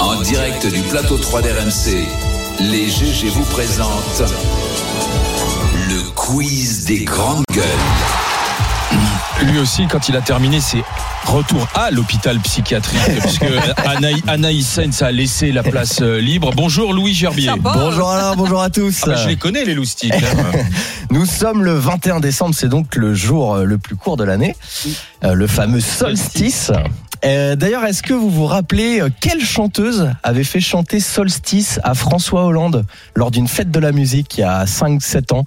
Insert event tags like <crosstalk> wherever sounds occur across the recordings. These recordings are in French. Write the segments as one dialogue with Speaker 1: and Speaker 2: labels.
Speaker 1: En direct du plateau 3 d'RMC, les GG vous présentent le quiz des grandes gueules.
Speaker 2: Lui aussi, quand il a terminé, c'est retour à l'hôpital
Speaker 3: <laughs>
Speaker 2: psychiatrique, puisque Anaï- Anaïs Sainz a laissé la place euh, libre. Bonjour Louis Gerbier.
Speaker 4: Bonjour Alain, bonjour à tous.
Speaker 2: Ah bah, je les connais, les loustiques. hein.
Speaker 3: <laughs>
Speaker 4: Nous sommes le 21 décembre, c'est donc le jour euh, le plus court de l'année, euh, le fameux solstice. Euh, D'ailleurs, est-ce que vous vous rappelez euh, quelle chanteuse avait fait chanter Solstice à François Hollande lors d'une fête de la musique il y a 5-7 ans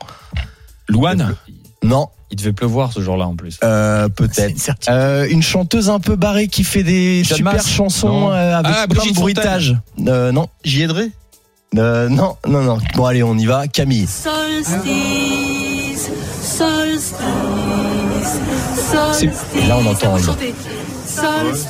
Speaker 2: Louane,
Speaker 4: Non,
Speaker 3: Il devait pleuvoir ce jour-là en plus.
Speaker 4: euh, peut-être. Euh, une chanteuse un peu barrée qui fait des
Speaker 3: Jeanne
Speaker 4: super
Speaker 3: Mas
Speaker 4: chansons
Speaker 3: Non.
Speaker 4: euh, avec
Speaker 2: Ah,
Speaker 4: plein de
Speaker 2: Brigitte Fontaine.
Speaker 4: bruitage. Euh, non,
Speaker 3: J'y aiderai
Speaker 4: Euh, non, non, non. Bon allez, on y va. Camille.
Speaker 5: Solstice, solstice, solstice.
Speaker 4: C'est- là, on entend, là.
Speaker 5: Chanter. Solstice.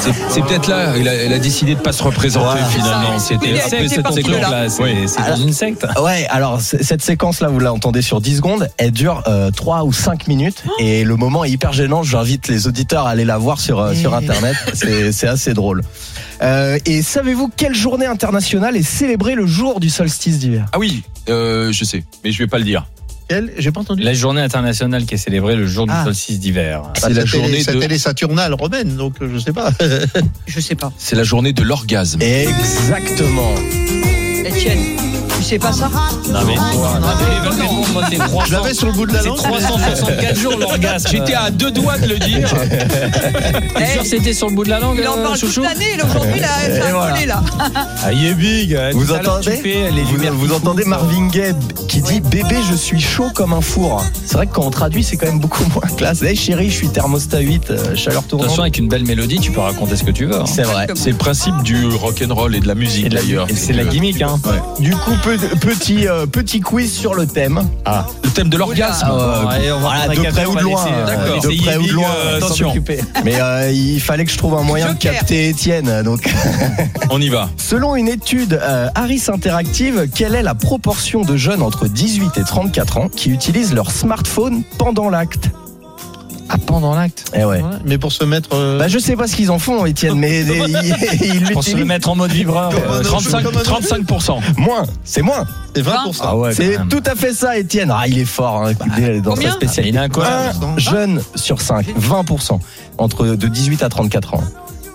Speaker 2: c'est c'est peut-être là, elle a, elle a décidé de pas se représenter
Speaker 4: Voilà.
Speaker 2: finalement.
Speaker 3: C'était
Speaker 2: C'était un peu cette séquence-là.
Speaker 3: secte-là. C'est c'est dans une secte.
Speaker 4: Ouais, alors c- cette séquence là, vous l'entendez sur 10 secondes, elle dure euh, 3 ou 5 minutes et le moment est hyper gênant. J'invite les auditeurs à aller la voir sur, euh, sur internet, c'est c'est assez drôle. Euh, et savez-vous quelle journée internationale est célébrée le jour du solstice d'hiver
Speaker 2: Ah oui, euh, je sais, mais je vais pas le dire.
Speaker 6: J'ai pas entendu.
Speaker 3: La journée internationale qui est célébrée le jour du
Speaker 4: Ah.
Speaker 3: solstice d'hiver.
Speaker 2: C'est la journée de-
Speaker 6: C'était les Saturnales romaines, donc euh, je sais pas.
Speaker 7: Je sais pas.
Speaker 2: C'est la journée de l'orgasme.
Speaker 4: Exactement.
Speaker 7: Etienne, tu sais pas ça
Speaker 3: Non
Speaker 2: Ah,
Speaker 3: mais toi, non, mais moi, c'est 300
Speaker 6: Je l'avais sur le bout de la
Speaker 3: c'est
Speaker 6: langue.
Speaker 3: 364 jours l'orgasme.
Speaker 2: J'étais à deux doigts de le dire.
Speaker 3: T'es sûr que c'était sur le bout de la langue.
Speaker 7: Il en
Speaker 3: euh,
Speaker 7: parle toute
Speaker 3: chouchou
Speaker 7: l'année, là, aujourd'hui, là,
Speaker 4: <laughs>
Speaker 7: elle
Speaker 4: Et
Speaker 7: s'est
Speaker 4: voilà.
Speaker 7: collée, là.
Speaker 3: Ah, il est big. hein.
Speaker 4: Vous
Speaker 3: Tout à l'heure,
Speaker 4: entendez
Speaker 3: tu fais les
Speaker 4: Vous,
Speaker 3: lumières
Speaker 4: vous
Speaker 3: qui
Speaker 4: entendez
Speaker 3: font,
Speaker 4: Marvin Gaye qui dit bébé je suis chaud comme un four. C'est vrai que quand on traduit c'est quand même beaucoup <laughs> moins classe. Hey chérie je suis thermostat 8, euh, chaleur
Speaker 3: De toute façon,
Speaker 4: tournante.
Speaker 3: avec une belle mélodie, tu peux raconter ce que tu veux. hein.
Speaker 4: C'est vrai.
Speaker 2: C'est le principe du rock'n'roll et de la musique d'ailleurs.
Speaker 3: Et C'est la gimmick, hein.
Speaker 4: Du coup pe- petit euh, petit quiz sur le thème.
Speaker 2: Le thème de l'orgasme.
Speaker 4: Ah,
Speaker 3: Bon, allez, on va
Speaker 4: voilà,
Speaker 3: prendre un
Speaker 4: de
Speaker 3: café,
Speaker 4: près
Speaker 3: on
Speaker 4: ou de
Speaker 3: va
Speaker 4: loin,
Speaker 3: laisser-
Speaker 4: euh,
Speaker 3: D'accord.
Speaker 4: de
Speaker 3: Essayer
Speaker 4: près ou de
Speaker 3: Big,
Speaker 4: loin,
Speaker 3: euh,
Speaker 4: attention.
Speaker 3: s'en occuper.
Speaker 4: Mais euh, il fallait que je trouve un moyen de
Speaker 7: Joker.
Speaker 4: capter Étienne. Donc, <laughs>
Speaker 2: On y va.
Speaker 4: selon une étude euh, Harris Interactive, quelle est la proportion de jeunes entre 18 et 34 ans qui utilisent leur smartphone pendant l'acte
Speaker 3: Ah, pendant l'acte.
Speaker 4: Eh ouais.
Speaker 6: Voilà. Mais pour se mettre. euh,
Speaker 4: Bah, je sais pas ce qu'ils en font, Étienne,
Speaker 3: <laughs>
Speaker 4: mais des- ils ils
Speaker 3: Pour se le
Speaker 4: l'utilisent.
Speaker 3: mettre en mode vibreur.
Speaker 6: Comme un
Speaker 3: euh,
Speaker 6: autre
Speaker 3: 35
Speaker 6: jeu, comme un autre
Speaker 2: 35%.
Speaker 4: Moins, c'est moins.
Speaker 6: c'est 20%.
Speaker 3: Ah ouais,
Speaker 4: Ah c'est tout à fait ça, Étienne. Ah, il est fort hein, écoutez, dans sa
Speaker 7: combien
Speaker 4: spécialité.
Speaker 3: Il a un quoi
Speaker 4: Un jeune sur 5, 20%, entre de 18 à 34 ans.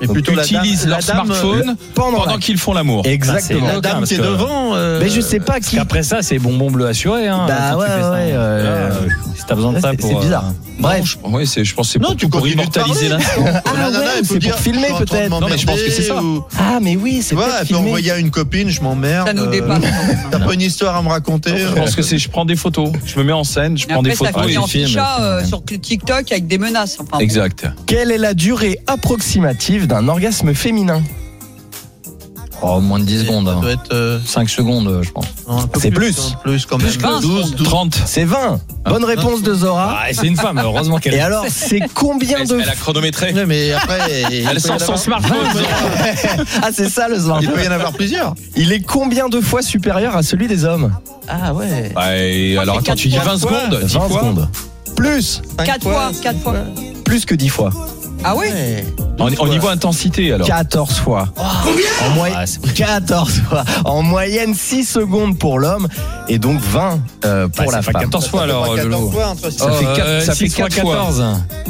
Speaker 6: Mais
Speaker 4: Donc,
Speaker 6: plutôt la dame,
Speaker 2: Utilisent leur
Speaker 6: la dame, euh,
Speaker 2: smartphone
Speaker 4: Pendant,
Speaker 2: pendant
Speaker 4: l'acte.
Speaker 2: qu'ils font l'amour.
Speaker 4: Exactement.
Speaker 3: Ah,
Speaker 6: La dame
Speaker 3: Parce
Speaker 6: qui est
Speaker 3: que-
Speaker 6: devant. euh,
Speaker 4: mais je sais pas
Speaker 3: Parce
Speaker 4: qui.
Speaker 3: qu'après ça, c'est bonbon bleu assuré. Hein,
Speaker 4: Bah
Speaker 3: quand tu
Speaker 4: ouais,
Speaker 3: fais ça.
Speaker 4: ouais,
Speaker 6: Ah,
Speaker 4: euh,
Speaker 3: Là, euh, si t'as besoin de
Speaker 4: Là,
Speaker 3: ça
Speaker 4: c'est-
Speaker 3: pour.
Speaker 4: c'est bizarre.
Speaker 3: euh,
Speaker 4: Bref.
Speaker 2: je, ouais, c'est- je pense que c'est
Speaker 6: Non,
Speaker 2: pour,
Speaker 6: tu
Speaker 2: pour
Speaker 6: continues de
Speaker 2: immortaliser
Speaker 6: parler. <laughs>
Speaker 2: l'instant.
Speaker 4: Ah
Speaker 6: la nana,
Speaker 4: ouais,
Speaker 6: elle
Speaker 4: c'est
Speaker 6: peut
Speaker 4: pour
Speaker 6: dire,
Speaker 4: filmer,
Speaker 6: je suis en train de
Speaker 4: peut-être.
Speaker 2: Non, mais je pense que c'est ça.
Speaker 6: m'emmerder ou-
Speaker 4: Ah mais oui, c'est
Speaker 6: Tu vois,
Speaker 4: peut-être
Speaker 6: elle peut
Speaker 4: filmé.
Speaker 6: envoyer à une copine, je m'emmerde.
Speaker 7: Ça nous
Speaker 6: euh,
Speaker 7: dépasse, hein. quand même.
Speaker 6: T'as pas une histoire à me raconter euh,
Speaker 2: Je pense que c'est je prends des photos, je me mets en scène, je
Speaker 7: Mais
Speaker 2: prends des
Speaker 7: après, ça
Speaker 2: photos
Speaker 7: finit
Speaker 2: et
Speaker 7: en
Speaker 2: je filme.
Speaker 7: ficha euh, sur TikTok avec des menaces. Enfin, bon.
Speaker 2: Exact.
Speaker 4: Quelle est la durée approximative d'un orgasme féminin
Speaker 3: Oh, moins de 10 secondes.
Speaker 6: Ça doit être. euh,
Speaker 3: 5 secondes, euh, je pense.
Speaker 6: non, un peu
Speaker 4: C'est plus.
Speaker 6: hein, Plus quand même.
Speaker 2: euh,
Speaker 7: Plus que 20,
Speaker 6: 12, 12.
Speaker 2: 30.
Speaker 4: C'est 20. Bonne réponse de Zora.
Speaker 3: Ah, et c'est
Speaker 2: <laughs>
Speaker 3: une femme, heureusement qu'elle
Speaker 4: Et
Speaker 3: <laughs>
Speaker 4: alors, c'est combien
Speaker 2: Elle,
Speaker 4: de
Speaker 2: elle a chronométré.
Speaker 6: Ouais, mais après.
Speaker 2: Elle sort son smartphone.
Speaker 4: Ah, c'est ça le Zora.
Speaker 6: Il peut y en avoir plusieurs.
Speaker 4: Il est combien de fois supérieur à celui des hommes
Speaker 6: Ah ouais.
Speaker 2: Ouais, alors attends,
Speaker 7: quatre
Speaker 2: tu dis
Speaker 7: fois.
Speaker 2: 20 secondes.
Speaker 4: 20
Speaker 2: 10 fois.
Speaker 4: secondes. Plus,
Speaker 7: Quatre fois, quatre fois.
Speaker 4: plus que 10 fois.
Speaker 7: Ah oui
Speaker 2: On, on y voit intensité alors.
Speaker 4: 14 fois.
Speaker 7: Oh.
Speaker 4: en moyenne,
Speaker 3: Ah, c'est
Speaker 4: 14 fois. En moyenne 6 secondes pour l'homme et donc 20 euh, pour
Speaker 3: Ah, ça
Speaker 4: la
Speaker 3: fait
Speaker 4: femme.
Speaker 3: 14 fois alors, Lolo.
Speaker 6: fois, entre 6
Speaker 4: Ça fait quatre-
Speaker 3: euh,
Speaker 4: ça fait
Speaker 3: 6 fois
Speaker 4: quatre fois.
Speaker 3: 14.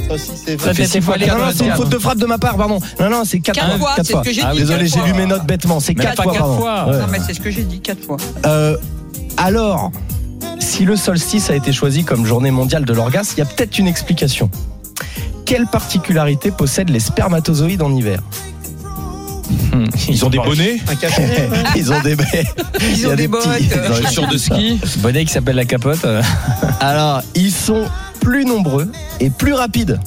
Speaker 6: entre 6 et 20.
Speaker 3: Ça fait
Speaker 4: C'est
Speaker 3: 6 fois
Speaker 4: quatre- non, non,
Speaker 3: 14.
Speaker 4: c'est une faute de frappe de ma part, pardon. Non, non, c'est 4
Speaker 7: Quatre
Speaker 4: fois.
Speaker 7: fois,
Speaker 4: quatre
Speaker 7: c'est ce que j'ai
Speaker 3: Ah,
Speaker 7: dit.
Speaker 4: Désolé,
Speaker 7: quatre
Speaker 4: j'ai
Speaker 7: fois.
Speaker 4: lu mes notes bêtement. C'est
Speaker 3: Même
Speaker 4: 4
Speaker 3: pas
Speaker 4: fois,
Speaker 3: 4
Speaker 4: pardon.
Speaker 3: fois.
Speaker 4: Ouais.
Speaker 7: Non, mais c'est ce que j'ai dit, quatre fois.
Speaker 4: Euh, alors, si le solstice a été choisi comme journée mondiale de l'orgasme, il y a peut-être une explication. Quelle particularité possèdent les spermatozoïdes en hiver
Speaker 2: Ils ont des bonnets,
Speaker 6: Un cachet.
Speaker 4: <laughs> Ils ont des baies. Il y
Speaker 7: Ils
Speaker 4: a
Speaker 7: ont
Speaker 4: des
Speaker 7: des bottes.
Speaker 4: petits-
Speaker 7: euh,
Speaker 4: Ils ont des
Speaker 2: chaussures de ski.
Speaker 3: Bonnet qui s'appelle la capote. euh,
Speaker 4: Alors, ils sont plus nombreux et plus rapides.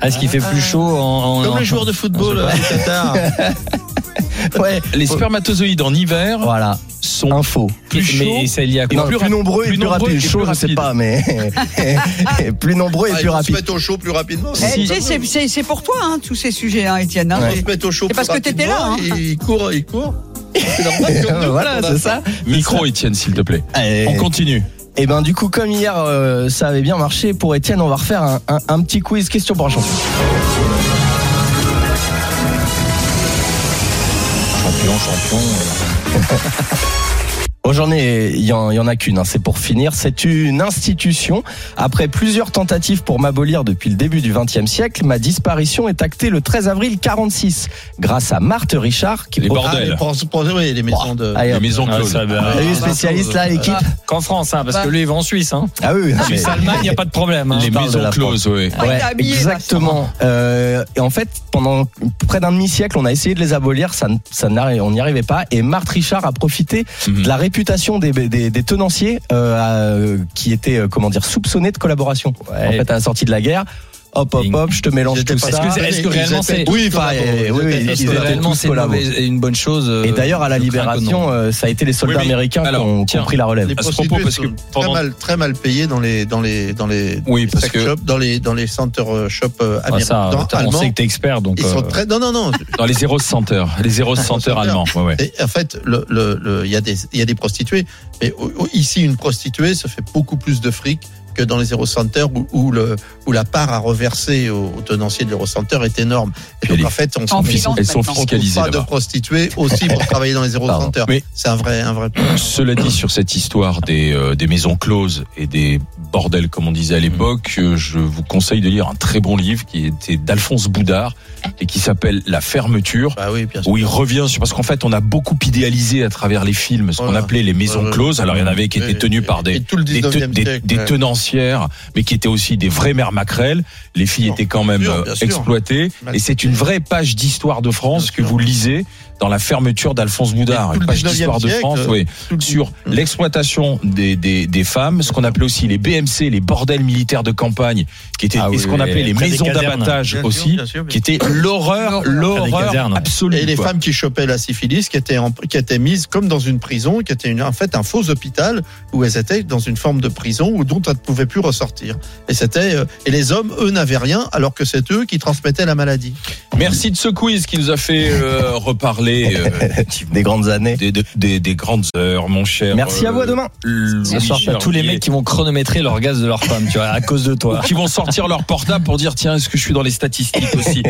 Speaker 3: Ah, ce qui fait plus chaud en. en-
Speaker 6: Comme
Speaker 3: en-
Speaker 6: les joueurs de football
Speaker 3: Non,
Speaker 6: euh, du Qatar.
Speaker 4: Ouais,
Speaker 2: Les spermatozoïdes en hiver
Speaker 4: voilà,
Speaker 2: sont
Speaker 4: info.
Speaker 2: plus chauds.
Speaker 3: Mais c'est lié à
Speaker 4: Non,
Speaker 3: quoi
Speaker 4: plus,
Speaker 2: rapi-
Speaker 4: nombreux et
Speaker 2: plus
Speaker 4: plus,
Speaker 2: nombreux et
Speaker 4: rapides.
Speaker 2: plus
Speaker 4: Chaud, je sais
Speaker 2: rapides. <laughs>
Speaker 4: pas, mais <laughs> plus nombreux et
Speaker 6: Ah,
Speaker 4: plus
Speaker 6: ils vont se
Speaker 4: rapides.
Speaker 6: mettre au chaud plus rapidement.
Speaker 7: eh, tu sais, c'est- c'est- C'est pour toi, hein, tous ces sujets, hein, Étienne. hein.
Speaker 6: Ils vont se mettre au chaud
Speaker 7: C'est
Speaker 6: plus
Speaker 7: parce que t'étais là,
Speaker 6: rapidement,
Speaker 7: hein.
Speaker 6: et Ils courent, ils courent. C'est normal,
Speaker 4: <laughs>
Speaker 6: comme nous,
Speaker 4: voilà,
Speaker 6: quand on a
Speaker 4: c'est ça.
Speaker 2: Micro, Étienne, s'il te plaît.
Speaker 4: Et-
Speaker 2: On continue.
Speaker 4: Et ben du coup, comme hier, euh, ça avait bien marché pour Étienne, on va refaire un, un- un petit quiz question pour la chanson.
Speaker 3: champion, champion.
Speaker 4: <laughs> Bon, j'en ai, il y, en il y en a qu'une, hein, c'est pour finir. C'est une institution. Après plusieurs tentatives pour m'abolir depuis le début du XXe siècle, ma disparition est actée le 13 avril 46 grâce à Marthe Richard qui
Speaker 2: Les
Speaker 4: programme-
Speaker 2: bordels.
Speaker 6: Les, Ah, pour- pour- oui, les maisons de.
Speaker 4: Allez,
Speaker 2: Les
Speaker 4: hop.
Speaker 2: maisons
Speaker 3: Ah,
Speaker 2: closes.
Speaker 3: ça, bah,
Speaker 4: T'as vu, spécialiste là, l'équipe
Speaker 3: Qu'en France, hein, parce
Speaker 7: Bah.
Speaker 3: que lui, il va en Suisse. Hein.
Speaker 4: Ah oui, oui, non, mais-
Speaker 3: Suisse Allemagne, il n'y a pas de problème. hein.
Speaker 2: les
Speaker 4: parle de
Speaker 2: maisons
Speaker 4: la
Speaker 2: closes, oui.
Speaker 7: Ah, il est habillé, là,
Speaker 4: exactement. Euh, et en fait, pendant près d'un demi-siècle, on a essayé de les abolir, ça, n- ça n'arri- on n'y arrivait pas. Et Marthe Richard a profité
Speaker 2: Mhm.
Speaker 4: de la réputation des, des- des tenanciers euh, à- qui étaient, euh, comment dire, soupçonnés de collaboration. En fait, à la sortie de la guerre, hop, hop,
Speaker 3: Ding.
Speaker 4: hop, je te mélange
Speaker 6: J'étais
Speaker 4: tout
Speaker 6: pas
Speaker 4: ça.
Speaker 3: Est-ce que, est-ce que
Speaker 6: Ils
Speaker 3: réellement
Speaker 6: appellent
Speaker 3: c'est.
Speaker 6: tous
Speaker 4: Oui, enfin,
Speaker 6: collabos.
Speaker 4: euh, oui,
Speaker 6: Ils appellent
Speaker 4: ils-
Speaker 6: tous
Speaker 4: ils
Speaker 6: collabos.
Speaker 4: étaient-
Speaker 3: Réellement,
Speaker 4: tous
Speaker 3: c'est une,
Speaker 4: collabos.
Speaker 3: mauvaise- une bonne chose. euh,
Speaker 4: Et d'ailleurs, à la
Speaker 3: je crains que non.
Speaker 4: libération, euh, ça a été les soldats
Speaker 2: Oui, mais-
Speaker 4: américains
Speaker 2: alors,
Speaker 4: qui ont
Speaker 2: tiens,
Speaker 4: compris la relève.
Speaker 6: Les
Speaker 2: À ce propos,
Speaker 6: prostituées
Speaker 2: parce que
Speaker 6: sont
Speaker 2: pendant-
Speaker 6: très mal, très mal payées dans les dans les dans les
Speaker 2: Oui, parce
Speaker 6: sex
Speaker 2: que-
Speaker 6: shops, dans les dans les center shops euh,
Speaker 3: Ah,
Speaker 6: américains
Speaker 3: ça, on
Speaker 6: allemands.
Speaker 3: sait que t'es expert, donc.
Speaker 6: Ils
Speaker 3: euh,
Speaker 6: sont très non non non.
Speaker 2: Dans les Eros Center, les Eros Center
Speaker 6: Center.
Speaker 2: allemands. Ouais, ouais.
Speaker 6: Et en fait, le- le- le- il y a des il y a des prostituées, mais au- au- ici une prostituée se fait beaucoup plus de fric que dans les Hero Center où, où le où la part à reverser au, au tenancier de l'Hero Center est énorme. Et
Speaker 2: Puis
Speaker 6: donc
Speaker 2: elle
Speaker 6: en fait, on
Speaker 7: en
Speaker 6: on-
Speaker 7: finance,
Speaker 2: Elles sont
Speaker 7: maintenant.
Speaker 6: on trouve
Speaker 2: fiscalisées
Speaker 6: pas de
Speaker 2: là-bas.
Speaker 6: prostituées
Speaker 2: <laughs>
Speaker 6: aussi pour travailler dans les Hero
Speaker 4: Pardon.
Speaker 6: Center.
Speaker 2: Mais-
Speaker 6: C'est un vrai un vrai problème.
Speaker 2: Cela dit, sur cette histoire des, euh, des maisons closes et des bordels, comme on disait à l'époque, euh, je vous conseille de lire un très bon livre qui était d'Alphonse Boudard et qui s'appelle La fermeture.
Speaker 6: Bah oui, bien sûr.
Speaker 2: Où il revient sur parce qu'en fait on a beaucoup idéalisé à travers les films ce qu'on
Speaker 6: Voilà.
Speaker 2: appelait les maisons
Speaker 6: Voilà.
Speaker 2: closes. Alors il y en avait qui étaient
Speaker 6: Et-
Speaker 2: tenues par
Speaker 6: et
Speaker 2: des
Speaker 6: tout le
Speaker 2: des, te-
Speaker 6: 19e
Speaker 2: des-
Speaker 6: siècle, euh,
Speaker 2: des
Speaker 6: ouais.
Speaker 2: tenancières, mais qui étaient aussi des vraies mères maquerelles. Les filles
Speaker 6: Bien
Speaker 2: étaient quand même
Speaker 6: sûr,
Speaker 2: euh,
Speaker 6: bien sûr.
Speaker 2: exploitées.
Speaker 6: Mal-
Speaker 2: Et c'est une vraie page d'histoire de France
Speaker 6: Bien
Speaker 2: que
Speaker 6: sûr.
Speaker 2: vous lisez dans la fermeture d'Alphonse Boudard.
Speaker 6: tout
Speaker 2: Une
Speaker 6: le
Speaker 2: page
Speaker 6: 19e
Speaker 2: d'histoire de
Speaker 6: siècle,
Speaker 2: France,
Speaker 6: euh,
Speaker 2: oui.
Speaker 6: tout le-
Speaker 2: Sur
Speaker 6: Mm.
Speaker 2: l'exploitation des, des, des femmes, ce qu'on appelait aussi les BMC, les bordels militaires de campagne, qui étaient,
Speaker 3: Ah
Speaker 2: et
Speaker 3: oui,
Speaker 2: ce qu'on appelait les
Speaker 3: près des
Speaker 2: maisons
Speaker 3: casernes.
Speaker 2: d'abattage
Speaker 6: Bien sûr,
Speaker 2: aussi,
Speaker 6: bien sûr, bien
Speaker 2: qui était l'horreur,
Speaker 3: Près des
Speaker 2: l'horreur
Speaker 3: casernes.
Speaker 2: absolue.
Speaker 6: Et les
Speaker 2: quoi.
Speaker 6: femmes qui chopaient la syphilis, qui étaient, en- qui étaient mises comme dans une prison, qui était une- en fait un faux hôpital où elles étaient dans une forme de prison où dont elles ne pouvaient plus ressortir. Et c'était euh, et les hommes, eux, n'avaient rien alors que c'est eux qui transmettaient la maladie.
Speaker 2: Merci de ce quiz qui nous a fait
Speaker 3: <laughs>
Speaker 2: euh, reparler euh,
Speaker 4: <laughs> Des grandes années.
Speaker 2: des, des- des- des grandes heures, mon cher.
Speaker 4: Merci à vous, à
Speaker 2: euh,
Speaker 4: demain.
Speaker 3: Ce soir,
Speaker 2: Louis
Speaker 3: t'as tous les
Speaker 2: Gerbier.
Speaker 3: mecs qui vont chronométrer l'orgasme de leur femme, tu vois, à cause de toi.
Speaker 2: qui vont sortir leur portable pour dire tiens est-ce que je suis dans les statistiques aussi